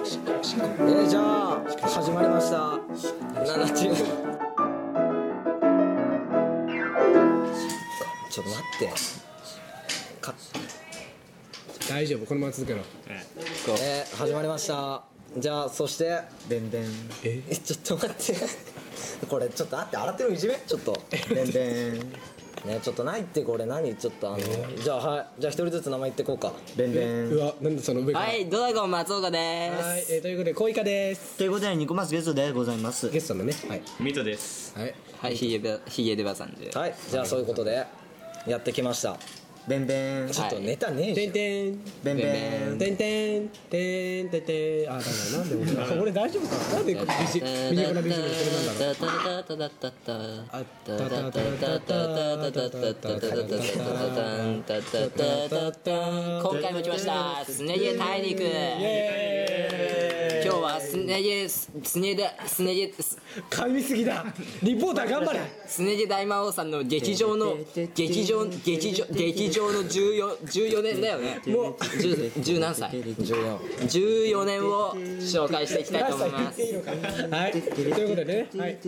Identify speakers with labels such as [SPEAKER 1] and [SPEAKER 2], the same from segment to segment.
[SPEAKER 1] えー、じゃあ始まりました7チームちょっと待ってか
[SPEAKER 2] 大丈夫このまま続けろ
[SPEAKER 1] えー、始まりましたじゃあそしてでんでんえちょっと待ってこれちょっと待って洗ってるのいじめちょっとでんでんねちょっとないってこれ何ちょっとあの、じゃあはいじゃあ一人ずつ名前言ってこうかでんで
[SPEAKER 2] うわなんだその上から
[SPEAKER 3] はい、ドラゴン松岡で
[SPEAKER 2] はーい、えーということで小イカです
[SPEAKER 4] ということでニコマスゲストでございます
[SPEAKER 2] ゲストのねはい
[SPEAKER 5] ミトです。
[SPEAKER 2] はい
[SPEAKER 3] す。はい、ヒゲでヒゲでばさんで。
[SPEAKER 1] はいじゃあそういうことでやってきました
[SPEAKER 4] ベンベン
[SPEAKER 1] ちょっとネタねえじゃん
[SPEAKER 2] てんてん
[SPEAKER 4] ベンベン
[SPEAKER 2] てんてんてんてんてんあだからなんで俺俺大丈夫かなんでビジミニコラビジネスそれなんだろう
[SPEAKER 3] 今回も来ましたスネ毛大陸今日はスネ毛スネ毛スネ毛
[SPEAKER 2] 噛みすぎだリポーター頑張れ
[SPEAKER 3] スネ毛大魔王さんの劇場の劇場劇場劇場の14 14年だよねもう10 10何歳
[SPEAKER 1] 14
[SPEAKER 3] 14年を紹介していきたいと思います
[SPEAKER 2] いいのかはいということでねはい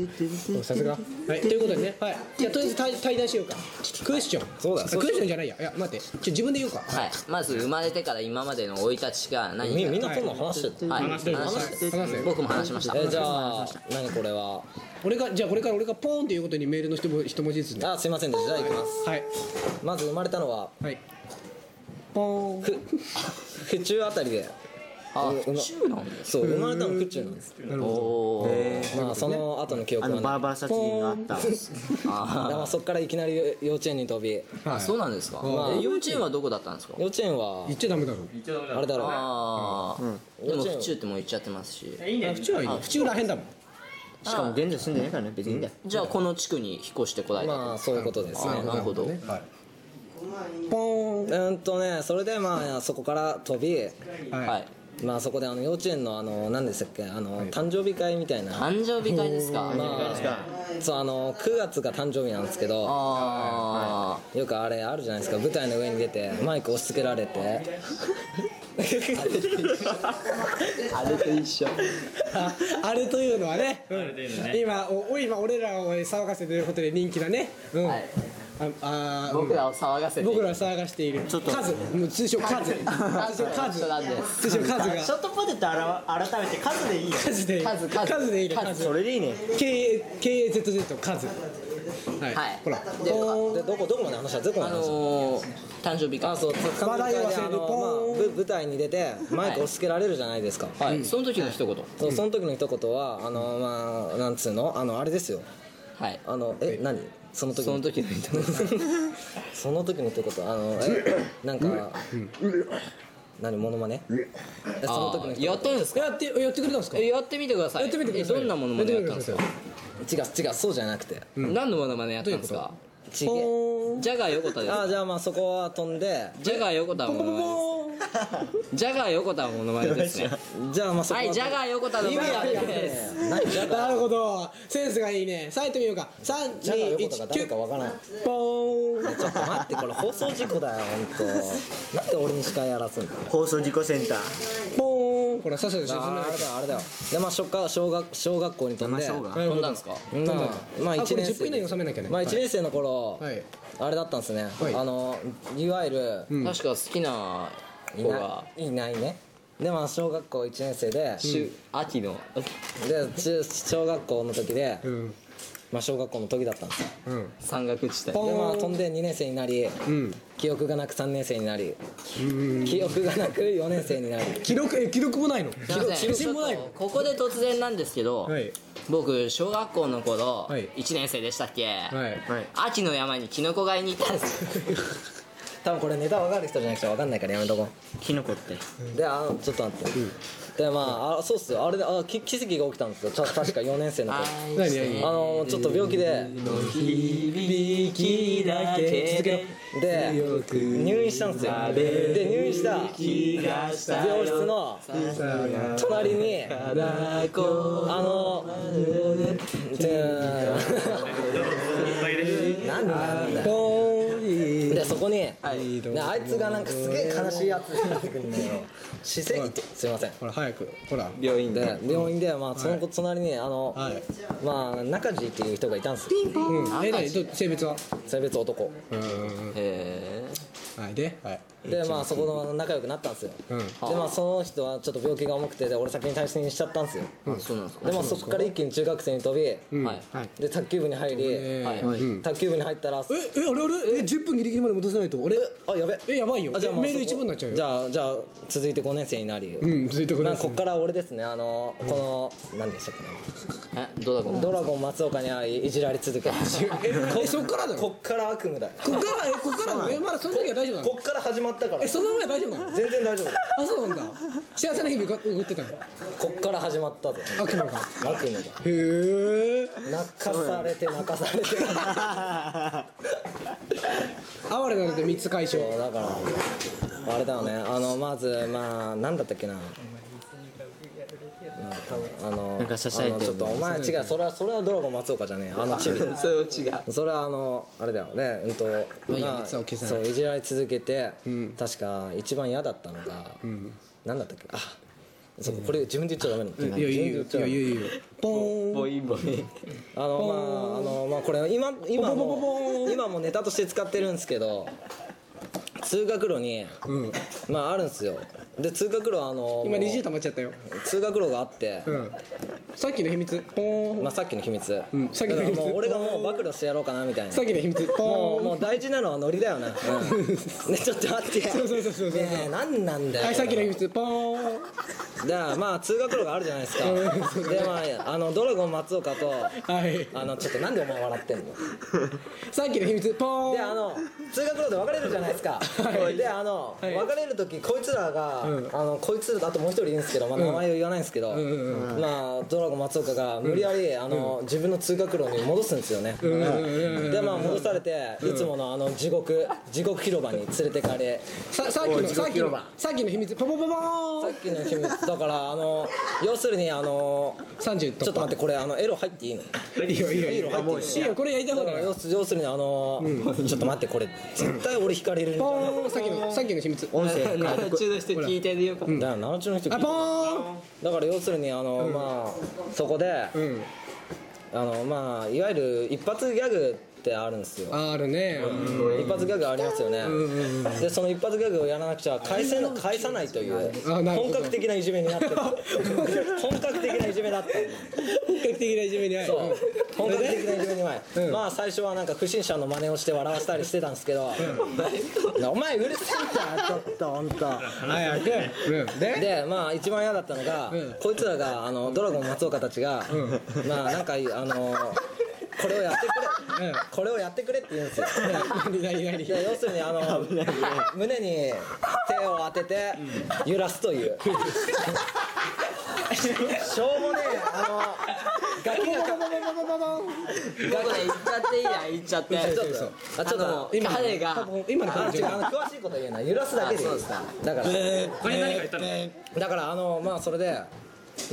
[SPEAKER 2] おさすがはいということでねはいじゃあとりあえず対対談しようかクエスチョン
[SPEAKER 1] そうだ
[SPEAKER 2] あクエスチョンじゃないやいや待ってちょ自分で言うか
[SPEAKER 3] はい、まず生まれてから今までの生い立ちが何
[SPEAKER 1] みみん
[SPEAKER 3] か
[SPEAKER 1] なこんなの話してた、
[SPEAKER 3] はい、
[SPEAKER 5] 話してる
[SPEAKER 3] 話
[SPEAKER 2] 話
[SPEAKER 3] して
[SPEAKER 2] せよ
[SPEAKER 3] 僕も話しました
[SPEAKER 1] えじゃあ何これは
[SPEAKER 2] 俺がじゃあこれから俺がポーンっていうことにメールの一文一文字ずつね
[SPEAKER 1] あすいませんでしたじゃあいきます
[SPEAKER 2] はい
[SPEAKER 1] まず生まれたのは
[SPEAKER 2] はいポーン
[SPEAKER 1] 府中あたりで
[SPEAKER 3] あ
[SPEAKER 1] うま
[SPEAKER 3] 中なんです
[SPEAKER 1] そう生まれたの府中なんです
[SPEAKER 2] なるほ
[SPEAKER 3] おー
[SPEAKER 1] まあその後の記
[SPEAKER 4] あ
[SPEAKER 1] 憶
[SPEAKER 4] の
[SPEAKER 1] はな
[SPEAKER 4] バ
[SPEAKER 1] い
[SPEAKER 4] ーバー殺人があった
[SPEAKER 1] だからまあそこからいきなり幼稚園に飛び
[SPEAKER 2] どは
[SPEAKER 3] あ
[SPEAKER 2] い
[SPEAKER 3] そうなんですか、
[SPEAKER 1] はい
[SPEAKER 3] え幼稚園はどこだったんですか
[SPEAKER 1] 幼稚園は
[SPEAKER 2] 言っちゃダメだろ
[SPEAKER 1] あれだろ
[SPEAKER 3] ああ、でも
[SPEAKER 1] 幼稚園
[SPEAKER 3] 府中ってもう行っちゃってますし
[SPEAKER 5] いいね
[SPEAKER 2] 府。中はいいよ府中らへんだもん
[SPEAKER 4] しかも現在住んでないからね別にいいんだよ
[SPEAKER 3] じゃあこの地区に引っ越してこられた、
[SPEAKER 1] まあそういうことですね
[SPEAKER 3] なるほど、
[SPEAKER 1] ポーンうんとねそれでまあそこから飛び
[SPEAKER 2] はい
[SPEAKER 3] はい
[SPEAKER 1] まあそこであの幼稚園のあの何でしたっけあの誕生日会みたいな
[SPEAKER 3] 誕生日会ですか、
[SPEAKER 1] まあそうあの9月が誕生日なんですけど
[SPEAKER 3] あ
[SPEAKER 1] よくあれあるじゃないですか舞台の上に出てマイク押し付けられて
[SPEAKER 3] ああれと一緒
[SPEAKER 2] あ あれというのはねうん
[SPEAKER 5] れというのね
[SPEAKER 2] 今おお今俺らを騒がせてることで人気だねうん
[SPEAKER 3] はい
[SPEAKER 2] ああーうん
[SPEAKER 3] 僕らを騒がせて
[SPEAKER 2] 僕らを騒がしている
[SPEAKER 4] ょっと
[SPEAKER 2] 数もう通称数
[SPEAKER 3] あそう
[SPEAKER 2] 数
[SPEAKER 3] そうなんです
[SPEAKER 2] 通称数が
[SPEAKER 4] ショートポテトあら改めて数でいいよ
[SPEAKER 2] 数でいい
[SPEAKER 3] 数数
[SPEAKER 2] 数でいいね
[SPEAKER 3] 数
[SPEAKER 2] 数
[SPEAKER 4] それでいいね
[SPEAKER 2] K- KAZZ 数はい、
[SPEAKER 3] はい
[SPEAKER 2] ほら
[SPEAKER 3] で
[SPEAKER 2] ポーン
[SPEAKER 1] でどこどこまで話したどこま
[SPEAKER 3] あ
[SPEAKER 1] で話した
[SPEAKER 3] のー、誕生日会
[SPEAKER 1] あそう
[SPEAKER 2] 話題を忘れる
[SPEAKER 1] あのまあ
[SPEAKER 2] ポーン
[SPEAKER 1] ぶ舞台に出てマイク押し付けられるじゃないですか、
[SPEAKER 3] はい、その時の一言
[SPEAKER 1] そうその時の一言はあのまあなんつうのあのあれですよ
[SPEAKER 3] はい
[SPEAKER 1] あのえ何その時
[SPEAKER 3] その時の一言
[SPEAKER 1] その時の一言あのえなんか何モノマネえその時の一言
[SPEAKER 3] やってるんですか
[SPEAKER 2] やってやってくれたんですか
[SPEAKER 3] えやってみてください
[SPEAKER 2] やってみてください
[SPEAKER 3] えどんなものまでやったんですか
[SPEAKER 2] やって
[SPEAKER 1] 違う違うそうじゃなくて
[SPEAKER 3] 何のものまねやったんですか
[SPEAKER 1] ちげ
[SPEAKER 3] ジャガー横田です
[SPEAKER 1] あじゃあまあそこは飛んで
[SPEAKER 3] ジャガー横田はものまねですジャガー横田はものまねですね
[SPEAKER 1] じゃあまあそこ
[SPEAKER 3] はいジャガー横田のものまねです
[SPEAKER 1] 何ジャガ
[SPEAKER 2] なるほどセンスがいいねさあやってみようか3
[SPEAKER 1] ジャガー横
[SPEAKER 2] 2
[SPEAKER 1] 田が
[SPEAKER 2] 1
[SPEAKER 1] 誰
[SPEAKER 2] 9
[SPEAKER 1] かわからない
[SPEAKER 2] ポーン
[SPEAKER 1] ちょっと待ってこれ放送事故だよ本当。なんで俺に司会やらすんだ
[SPEAKER 4] 放送事故センター
[SPEAKER 2] ポーンほらさっさと進め
[SPEAKER 1] あ
[SPEAKER 2] な
[SPEAKER 1] あれだよあれだよでまあ小学小学小学校に飛んで
[SPEAKER 4] そうが
[SPEAKER 2] い
[SPEAKER 3] 飛んだんですか
[SPEAKER 1] まあまあ
[SPEAKER 2] あ
[SPEAKER 1] 1
[SPEAKER 2] これ
[SPEAKER 1] 年
[SPEAKER 2] 10分以内に収
[SPEAKER 1] 生
[SPEAKER 2] めなきゃね
[SPEAKER 1] まあ1年生の頃
[SPEAKER 2] はい
[SPEAKER 1] あれだったんですね
[SPEAKER 2] はい
[SPEAKER 1] あのいわゆる
[SPEAKER 3] 確か好きない子
[SPEAKER 1] な
[SPEAKER 3] が
[SPEAKER 1] いいないねでまあ小学校1年生で
[SPEAKER 3] 中秋の
[SPEAKER 1] で中小学校の時で
[SPEAKER 2] うん
[SPEAKER 1] まあ小学校の時だったんですよ
[SPEAKER 2] うん
[SPEAKER 3] 山岳地帯
[SPEAKER 2] ポ
[SPEAKER 1] でまあ
[SPEAKER 2] ーン
[SPEAKER 1] 飛んで2年生になり
[SPEAKER 2] うん
[SPEAKER 1] 記憶がなく3年生になり記憶がなく4年生になり
[SPEAKER 2] 記録え記録もないの
[SPEAKER 3] すいません
[SPEAKER 2] 記録もないの
[SPEAKER 3] ここで突然なんですけど
[SPEAKER 2] はい
[SPEAKER 3] 僕小学校の頃
[SPEAKER 2] はい
[SPEAKER 3] 1年生でしたっけ
[SPEAKER 2] はい
[SPEAKER 4] はい
[SPEAKER 3] 秋の山にキノコ狩りに行ったんですよ
[SPEAKER 1] 多分これネタ分かる人じゃなくて分かんないからやめとこ
[SPEAKER 4] キノコって
[SPEAKER 1] うであのちょっと待って、でまああそうっすよあれであき奇跡が起きたんですよちょ確か4年生の頃
[SPEAKER 2] 何
[SPEAKER 1] あのちょっと病気で
[SPEAKER 3] 響きだけで
[SPEAKER 1] で入院したんですよで入院した病室の隣にあのでなんだ
[SPEAKER 2] ポーン
[SPEAKER 1] でそここに、
[SPEAKER 3] はい
[SPEAKER 1] ねあいつがなんかすげえ悲しいやつになってくんだ よ姿勢痛いすいません
[SPEAKER 2] ほら早くほら
[SPEAKER 3] 病院
[SPEAKER 1] で病院でまあその子隣にあの、
[SPEAKER 2] はい
[SPEAKER 1] まあ中地っていう人がいたんですよ
[SPEAKER 2] うんえ何ど性別は
[SPEAKER 1] 性別男
[SPEAKER 2] うんうん
[SPEAKER 3] え
[SPEAKER 2] うんはいではい
[SPEAKER 1] でまあそこの仲良くなったんですよ、
[SPEAKER 2] うん
[SPEAKER 1] でまあその人はちょっと病気が重くてで俺先に退院しちゃったんですよ、
[SPEAKER 3] ー、そうなんですか
[SPEAKER 1] でまあそこから一気に中学生に飛び、
[SPEAKER 2] うん
[SPEAKER 3] はい
[SPEAKER 2] はい
[SPEAKER 1] で卓球部に入り、
[SPEAKER 2] えー
[SPEAKER 3] はい
[SPEAKER 2] うん
[SPEAKER 1] 卓球部に入ったら
[SPEAKER 2] ええあれあれえ10分ギリギリまで戻さないと俺
[SPEAKER 1] あやべ
[SPEAKER 2] えやばいよ
[SPEAKER 1] あじゃあまあ
[SPEAKER 2] メール
[SPEAKER 1] そこ
[SPEAKER 2] 一部になっちゃうよ
[SPEAKER 1] じゃあじゃあ続いて5年生になり、
[SPEAKER 2] うん続いてくれ
[SPEAKER 1] なんかこっから俺ですねあのこの何でしたっけね
[SPEAKER 3] えどうだ
[SPEAKER 1] ドラゴン松岡に会いいじられ続け
[SPEAKER 2] えこそっからだよ
[SPEAKER 1] こっから悪夢だよ
[SPEAKER 2] こっからえこっからなのえまだその時は大丈夫なの
[SPEAKER 1] こっから始まったから
[SPEAKER 2] えその前は大丈夫なの
[SPEAKER 1] 全然大丈夫
[SPEAKER 2] あそうなんだ幸せな日々が送ってたの
[SPEAKER 1] こっから始まったぞ
[SPEAKER 2] あ来るのか
[SPEAKER 1] 悪夢だ
[SPEAKER 2] へえ
[SPEAKER 1] 泣かされて泣かされて泣かさ
[SPEAKER 2] 哀れなので3つ解消
[SPEAKER 1] れてだからあれだよねあのまずまあ何だったっけなあの
[SPEAKER 4] なんか支えてる
[SPEAKER 1] あのちょっとお前違うそれはそれはドラゴン松岡じゃねえあのチビ
[SPEAKER 3] ろうそれは違う
[SPEAKER 1] それはあのあれだよねうんと
[SPEAKER 2] いや
[SPEAKER 1] まあ
[SPEAKER 2] 熱は消せない
[SPEAKER 1] そういじられ続けて、確か一番嫌だったのが、何だったっけあそうこれ自分で言っちゃダメなの、
[SPEAKER 2] いやいやいやいやいやいやポーン
[SPEAKER 3] ボイボイ
[SPEAKER 1] あのまああのまあこれ今今も今もネタとして使ってるんですけど通学路に
[SPEAKER 2] うん
[SPEAKER 1] まああるんですよで通学路はあの
[SPEAKER 2] 今20溜まっちゃったよ
[SPEAKER 1] 通学路があって、
[SPEAKER 2] うんさっきの秘密ポーン
[SPEAKER 1] まあ、さっきの秘密、
[SPEAKER 2] うんさっきの秘密
[SPEAKER 1] だからもう俺がもう暴露してやろうかなみたいな
[SPEAKER 2] さっきの秘密
[SPEAKER 1] も
[SPEAKER 2] ポ
[SPEAKER 1] う
[SPEAKER 2] ーン
[SPEAKER 1] もう大事なのはノリだよな、うん、ねちょっと待って
[SPEAKER 2] そうそうそうそうそう
[SPEAKER 1] ねえ何なんだよ
[SPEAKER 2] はいさっきの秘密ポーン
[SPEAKER 1] だからまあ通学路があるじゃないですかでまああのドラゴン松岡と
[SPEAKER 2] はい
[SPEAKER 1] あのちょっとなんでお前笑ってんの
[SPEAKER 2] さっきの秘密ポ
[SPEAKER 1] で
[SPEAKER 2] ーン
[SPEAKER 1] あの通学路で別れるじゃないですか、であの、
[SPEAKER 2] はい
[SPEAKER 1] 別れる時こいつらが、
[SPEAKER 2] うん
[SPEAKER 1] あのこいつらとあともう一人いるんですけど、まあ、名前を言わないんですけど、
[SPEAKER 2] んうん
[SPEAKER 1] まあドラゴン松岡が無理やり、あの自分の通学路に戻すんですよね、でまあ戻されて、いつものあの地獄地獄広場に連れてかれ
[SPEAKER 2] ささっきのさっきのさっきの秘密ポポポポ
[SPEAKER 1] さっ
[SPEAKER 2] ーン
[SPEAKER 1] きの秘密だからあの要するにあの
[SPEAKER 2] 30
[SPEAKER 1] ちょっと待ってこれあのエロ入っていいの
[SPEAKER 2] いいよいいよいいよ
[SPEAKER 1] 入っていいの
[SPEAKER 2] いいよこれやりたい
[SPEAKER 1] だ
[SPEAKER 2] 方
[SPEAKER 1] か
[SPEAKER 2] だ
[SPEAKER 1] ら
[SPEAKER 2] よ
[SPEAKER 1] 要す要するにあのちょっと待ってこれ絶対俺惹かれるんじゃない
[SPEAKER 2] ポーンさっきのさっきの秘密
[SPEAKER 4] 音声変わって
[SPEAKER 3] 中中の人聞いてるよ
[SPEAKER 1] だから奈良中の人聞
[SPEAKER 2] あ
[SPEAKER 1] いて
[SPEAKER 2] ポーン
[SPEAKER 1] だから要するにあの、まあそこで、
[SPEAKER 2] うん
[SPEAKER 1] あのまあいわゆる一発ギャグってあるんですよ
[SPEAKER 2] あるね
[SPEAKER 1] 一発ギャグありますよね、でその一発ギャグをやらなくちゃ返せな返さないという
[SPEAKER 2] あなるほど
[SPEAKER 1] 本格的ないじめにな ってる本格的ないじめだった
[SPEAKER 2] 本格的ないじめに遭い
[SPEAKER 1] そう本格的ないじめに前、まあ最初はなんか不審者の真似をして笑わせたりしてたんですけど、お前うるせえんだよちょっと本当。
[SPEAKER 2] 早くうんで
[SPEAKER 1] でまあ一番嫌だったのが、
[SPEAKER 2] うん
[SPEAKER 1] こいつらがあのドラゴン松岡たちが、まあなんかあのこれをやってくれ、
[SPEAKER 2] うん
[SPEAKER 1] これをやってくれって言うんですよ
[SPEAKER 2] 何何何
[SPEAKER 1] で要するにあの胸に手を当てて揺らすと いう、しょうもねえあのガキがか
[SPEAKER 3] だから言っちゃっていいや言っちゃって
[SPEAKER 1] ちょっ
[SPEAKER 2] そう
[SPEAKER 1] とあちょっと
[SPEAKER 3] 今彼が
[SPEAKER 2] 今の
[SPEAKER 1] あ
[SPEAKER 2] 感
[SPEAKER 1] 違
[SPEAKER 2] じ
[SPEAKER 1] うあの詳しいこと言うな揺らすだけでいい
[SPEAKER 3] あそうですか
[SPEAKER 1] だから
[SPEAKER 2] これ何か言ったの
[SPEAKER 1] だからあのまあそれで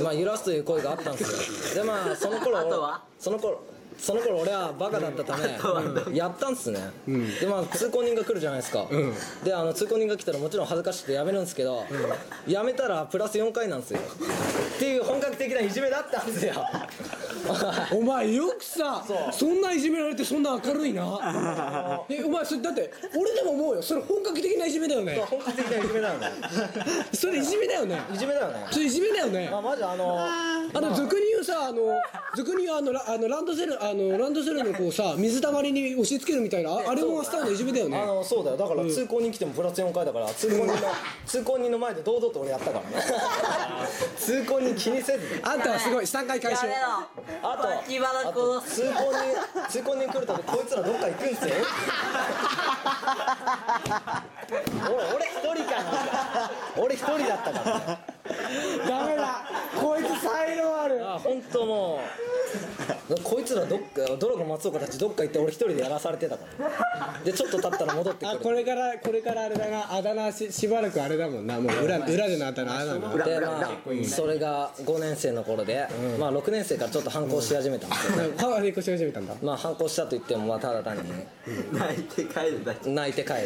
[SPEAKER 1] まあ揺らすという声があったんですよでまあその頃
[SPEAKER 3] あとは
[SPEAKER 1] その頃その頃俺はバカだったためやったんですね、でまあ通行人が来るじゃないですか、
[SPEAKER 2] ん
[SPEAKER 1] であの通行人が来たらもちろん恥ずかしくてやめるんですけど、やめたらプラス4回なんですよっていう本格的ないじめだったんですよ
[SPEAKER 2] お前よくさ
[SPEAKER 1] そう
[SPEAKER 2] そんないじめられてそんな明るいなえお前それだって俺でも思うよそれ本格的ないじめだよね
[SPEAKER 1] 本格的ないじめだよね
[SPEAKER 2] それいじめだよね
[SPEAKER 1] いじめだよね
[SPEAKER 2] それいじめだよね
[SPEAKER 1] まあマジあの
[SPEAKER 2] あの俗に言うさあの俗に言うあのラあのランドセルあのランドセルのこうさ水たまりに押し付けるみたいなああれもマスターのいじめだよ
[SPEAKER 1] あ
[SPEAKER 2] ね
[SPEAKER 1] のそうだよだから通行人来てもプラス4回だから通行人の通行人の前で堂々と俺やったからね通行人気にせず
[SPEAKER 2] あんたはすごい3回解消
[SPEAKER 3] やめろ
[SPEAKER 1] あと
[SPEAKER 3] 脇腹
[SPEAKER 1] あと
[SPEAKER 3] 殺す
[SPEAKER 1] 通行人通行人来るとこいつらどっか行くんすよおい俺一人かな俺一人だったからね
[SPEAKER 2] ダメだこいつ才能ある
[SPEAKER 1] あ本当もうこいつらどっかドラゴン松岡たちどっか行って俺一人でやらされてたからでちょっと経ったら戻ってく
[SPEAKER 2] あ
[SPEAKER 1] る
[SPEAKER 2] これからこれからあれだなあだ名ししばらくあれだもんなもう裏裏でのあだ名あだ名
[SPEAKER 1] でまあそれが5年生の頃で、まあ6年生からちょっと反抗し始めたんですよ、
[SPEAKER 2] パワーで引っ越し始めた んだ
[SPEAKER 1] まあ反抗したと言ってもまあただ単に
[SPEAKER 4] 泣いて帰るだけ
[SPEAKER 1] 泣いて帰る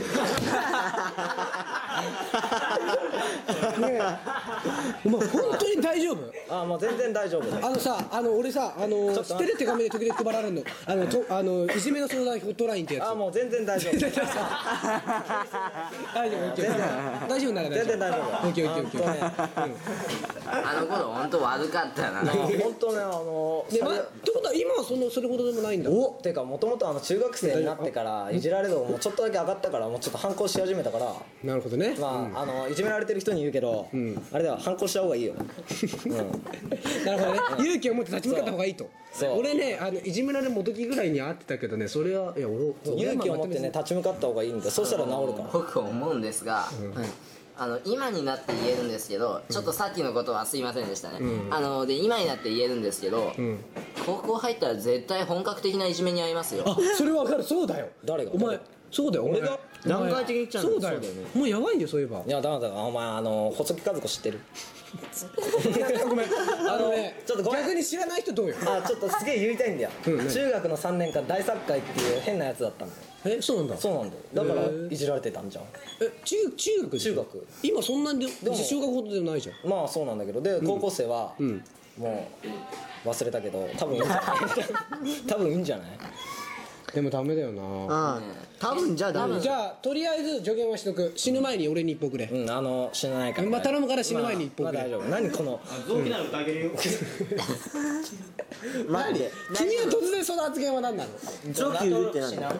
[SPEAKER 2] お前本当に大丈夫
[SPEAKER 1] ああもう全然大丈夫だよ
[SPEAKER 2] あのさあの俺さあの
[SPEAKER 1] っと待って
[SPEAKER 2] 捨てる手紙で時々配られるのあのとあのいじめの相談ホットラインってやつ
[SPEAKER 1] ああもう全然大丈夫
[SPEAKER 2] 大丈夫、オッケー。大丈夫なら大 丈夫。
[SPEAKER 1] 全然大丈夫
[SPEAKER 2] オッケー、オッケー、オッケー。
[SPEAKER 3] あの頃本当悪かったな
[SPEAKER 1] あー本当ねあの
[SPEAKER 2] で、まってことは、今はその、それほどでもないんだ。
[SPEAKER 1] おてかもともとあの中学生になってからいじられ度もちょっとだけ上がったからもうちょっと反抗し始めたから
[SPEAKER 2] なるほどね。
[SPEAKER 1] まあ、あのいじめられてる人に言うけど、あれだよ反抗した方がいいよ、うん、
[SPEAKER 2] なるほどね。勇気を持って立ち向かった方がいいと。
[SPEAKER 1] そう
[SPEAKER 2] 俺ね、あの、いじめられるもどきぐらいに会ってたけどね、それは、いや、俺、
[SPEAKER 1] 勇気を持ってね。立ち向かった方がいいんだよそうしたら治るから
[SPEAKER 3] 僕思うんですが、あの今になって言えるんですけどちょっとさっきのことはすいませんでしたね、あので今になって言えるんですけど、高校入ったら絶対本格的ないじめに遭いますよ
[SPEAKER 2] あ、それわかる、そうだよ。
[SPEAKER 1] 誰が
[SPEAKER 2] お前、そうだよ、俺が。
[SPEAKER 4] 段階的に言っちゃうの
[SPEAKER 2] そうだよ
[SPEAKER 4] そうだよね。
[SPEAKER 2] もうやばいんだよ、そういえば
[SPEAKER 1] い。やだめだお前あの細木和子知ってる
[SPEAKER 2] ごめん。あのね、
[SPEAKER 1] ちょっとごめん
[SPEAKER 2] 逆に知らない人どうよ。
[SPEAKER 1] あちょっとすげえ言いたいんだよ、
[SPEAKER 2] 何
[SPEAKER 1] 中学の3年間大作会っていう変なやつだったんだよ
[SPEAKER 2] え、そうなんだ。
[SPEAKER 1] そうなんだよだからいじられてたんじゃん
[SPEAKER 2] え、中、中学でしょ
[SPEAKER 1] 中学。
[SPEAKER 2] 今そんなに、
[SPEAKER 1] も
[SPEAKER 2] 小学ほどでもないじゃん。
[SPEAKER 1] まあそうなんだけどで高校生は、もう忘れたけど多分いいんじゃない多分いいんじゃない
[SPEAKER 2] でもダメだよな。
[SPEAKER 4] ああ多分じゃあダメ
[SPEAKER 2] じゃあとりあえず助言はしとく死ぬ前に俺に一歩くれ、
[SPEAKER 1] うんあの死なないから、
[SPEAKER 2] まあ頼むから死ぬ前に一歩
[SPEAKER 1] まあ
[SPEAKER 2] くれ
[SPEAKER 1] 大丈夫何この
[SPEAKER 4] 臓器なら疑えるよ待って
[SPEAKER 2] 君は突然その発言は何なの
[SPEAKER 4] 臓器売るってなんだ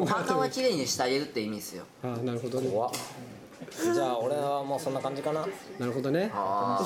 [SPEAKER 3] お墓は綺麗にしてあげるって意味ですよ
[SPEAKER 2] ああなるほどね
[SPEAKER 1] 怖っじゃあ俺はもうそんな感じかな
[SPEAKER 2] なるほどね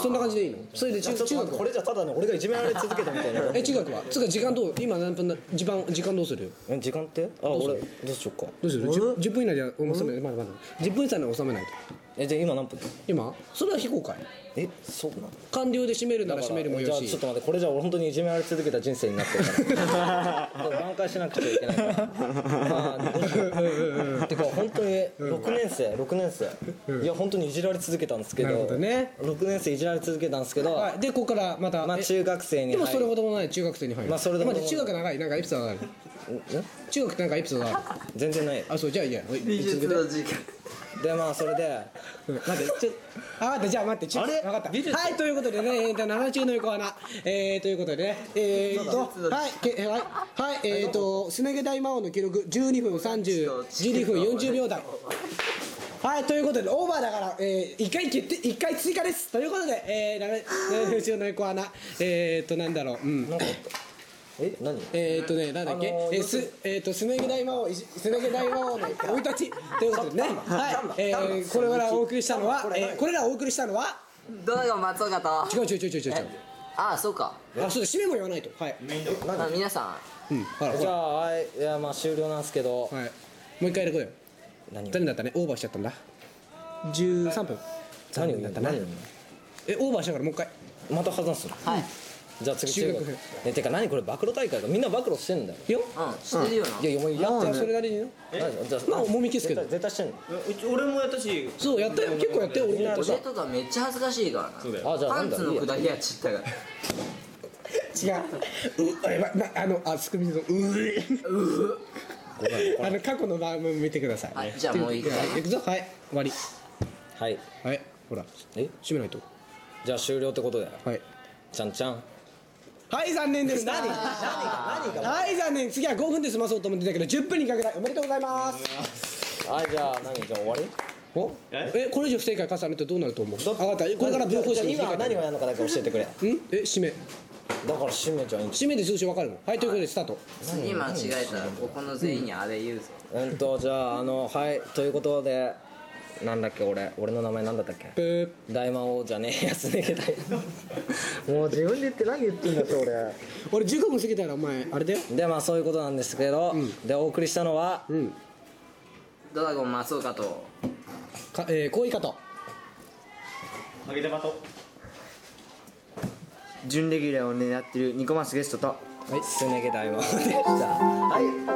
[SPEAKER 2] そんな感じでいいのそれで中
[SPEAKER 1] ちょっ
[SPEAKER 2] 中
[SPEAKER 1] と
[SPEAKER 2] 学
[SPEAKER 1] こ
[SPEAKER 2] は
[SPEAKER 1] れじゃただね俺がいじめられ続けたみたいな
[SPEAKER 2] え中学はつうか時間どう今何分だ時間時間どうする
[SPEAKER 1] え時間ってあ俺どうしようか
[SPEAKER 2] どうする 10, 10分以内で収めないまだまだ10分以内には収めないと
[SPEAKER 1] えじゃあ今何分
[SPEAKER 2] 今それは非公開
[SPEAKER 1] えそうなの
[SPEAKER 2] 完了で締めるなら締めるも
[SPEAKER 1] じ
[SPEAKER 2] よ
[SPEAKER 1] ゃあちょ
[SPEAKER 2] し
[SPEAKER 1] っと待ってこれじゃ俺本当にいじめられ続けた人生になってるから そう挽回しなくちゃいけないからまあどうしようてか本当に6年生6年生いや本当にいじられ続けたんですけ
[SPEAKER 2] なる
[SPEAKER 1] ど
[SPEAKER 2] ほどね
[SPEAKER 1] 6年生いじられ続けたんですけど
[SPEAKER 2] はいでここからまた
[SPEAKER 1] まあ
[SPEAKER 2] え
[SPEAKER 1] 中学生に
[SPEAKER 2] でもそれ
[SPEAKER 1] 入
[SPEAKER 2] ほどもない中学生に入る
[SPEAKER 1] まあそれでも
[SPEAKER 2] 待って中学長いなんかエピソードある
[SPEAKER 1] るん
[SPEAKER 2] 中学ってなんかエピソー ドある
[SPEAKER 1] 全然ないよ
[SPEAKER 2] あそうじゃあいいやはい続けて
[SPEAKER 3] 時間
[SPEAKER 1] でまあそれでなんかちょ
[SPEAKER 2] あじゃあ待って、あれ分かった。はい、ということでね、えーと、7中の横穴。えー、ということでね、えーと、はい、けえーはい、はい、えーと、すね毛大魔王の記録、12分30、12分40秒台。はい、ということで、オーバーだから、えー、1回決定、一回追加です。ということで、えー、7中の横穴。えーと、なんだろう、うん。
[SPEAKER 1] え何
[SPEAKER 2] えー、っとね、なんだっけ、
[SPEAKER 1] あのー
[SPEAKER 2] えーす、えーっと、すね毛大魔王、いじすね毛大魔王の生い立ち。という ことでね、はい、えー、これからお送りしたのは、えー、これらお送りしたのは。
[SPEAKER 3] どうよ松岡と
[SPEAKER 2] 違う違う違う違う違う。
[SPEAKER 3] ああそうか
[SPEAKER 2] あ、そうだ、締めも言わないと。はい。
[SPEAKER 3] あ皆さ
[SPEAKER 2] うん、ほら、ほ
[SPEAKER 1] じゃ
[SPEAKER 2] ら。
[SPEAKER 1] あはいいやまあ終了なんですけど
[SPEAKER 2] はい。もう一回やるこうよ。
[SPEAKER 1] 何
[SPEAKER 2] 残念だったね、オーバーしちゃったんだ。十三分。
[SPEAKER 1] 何
[SPEAKER 2] 残念だったな
[SPEAKER 1] 何。
[SPEAKER 2] え、オーバーしたから、もう一回。
[SPEAKER 1] また破産する
[SPEAKER 3] んはい
[SPEAKER 1] じゃあ次
[SPEAKER 2] 中
[SPEAKER 1] 中
[SPEAKER 2] 学
[SPEAKER 1] 学えてか何これ暴露大会かみんな暴露してんだよ
[SPEAKER 2] よ。
[SPEAKER 3] うん知ってるよな、
[SPEAKER 1] いやいやもうや
[SPEAKER 2] じゃあ、それなりによ。
[SPEAKER 1] 何じゃあ
[SPEAKER 2] まあ、もみ消す
[SPEAKER 1] 絶対
[SPEAKER 2] けど。
[SPEAKER 1] 絶対してんの
[SPEAKER 4] 俺もやったし
[SPEAKER 2] そう、やったよ。結構やったよ、俺も。
[SPEAKER 3] 俺とかめっちゃ恥ずかしいからな
[SPEAKER 1] あじゃあ
[SPEAKER 3] パ
[SPEAKER 1] なん
[SPEAKER 3] ン
[SPEAKER 1] だ
[SPEAKER 3] ツ
[SPEAKER 1] い
[SPEAKER 3] の
[SPEAKER 1] いや
[SPEAKER 3] くだりやっちゃったから
[SPEAKER 2] 違う。う、あやばいま、あの、あ、すくみの、うえ。あの、過去の番組見てください。
[SPEAKER 3] はいじゃあもう一回
[SPEAKER 2] いくぞ、はい、終わり。
[SPEAKER 1] はい
[SPEAKER 2] はい、ほら、
[SPEAKER 1] え
[SPEAKER 2] 締めないと。
[SPEAKER 1] じゃあ終了ってことだよ
[SPEAKER 2] はい。
[SPEAKER 1] ちゃんちゃん
[SPEAKER 2] はい、残念です。何、何が、何が。はい、残念、次は5分で済まそうと思ってたけど、10分にかけた、おめでとうございます。
[SPEAKER 1] はいじゃあ何じゃあ終わり
[SPEAKER 2] お、え、これ以上不正解重ねてどうなると思う。
[SPEAKER 1] だ
[SPEAKER 2] あ、わかった、これから文法
[SPEAKER 1] じ
[SPEAKER 2] 者
[SPEAKER 1] ゃあ
[SPEAKER 2] に
[SPEAKER 1] 今は何をやるのかだけ教え てくれだか
[SPEAKER 2] ん、え、締め、
[SPEAKER 1] ら締めちゃん
[SPEAKER 2] 締めで数字わかるの。はい、ということで、スタート。
[SPEAKER 3] 次間違えたらここの全員にあれ言うぞ
[SPEAKER 1] うんとじゃああのはいということでなんだっけ俺俺の名前なんだったっけ
[SPEAKER 2] ぷー
[SPEAKER 1] 大魔王じゃねえやつねげたい もう自分で言って何言ってんだって俺
[SPEAKER 2] 俺15分過ぎたら、お前、あれだよ。
[SPEAKER 1] でまあそういうことなんですけど、でお送りしたのは
[SPEAKER 2] うん。
[SPEAKER 3] ドラゴン松岡と
[SPEAKER 2] か、えー、こういう方。
[SPEAKER 5] 負けたまと
[SPEAKER 4] 準レギュラーを狙ってるニコマスゲストと
[SPEAKER 1] はい、すね毛大魔王でした。はい。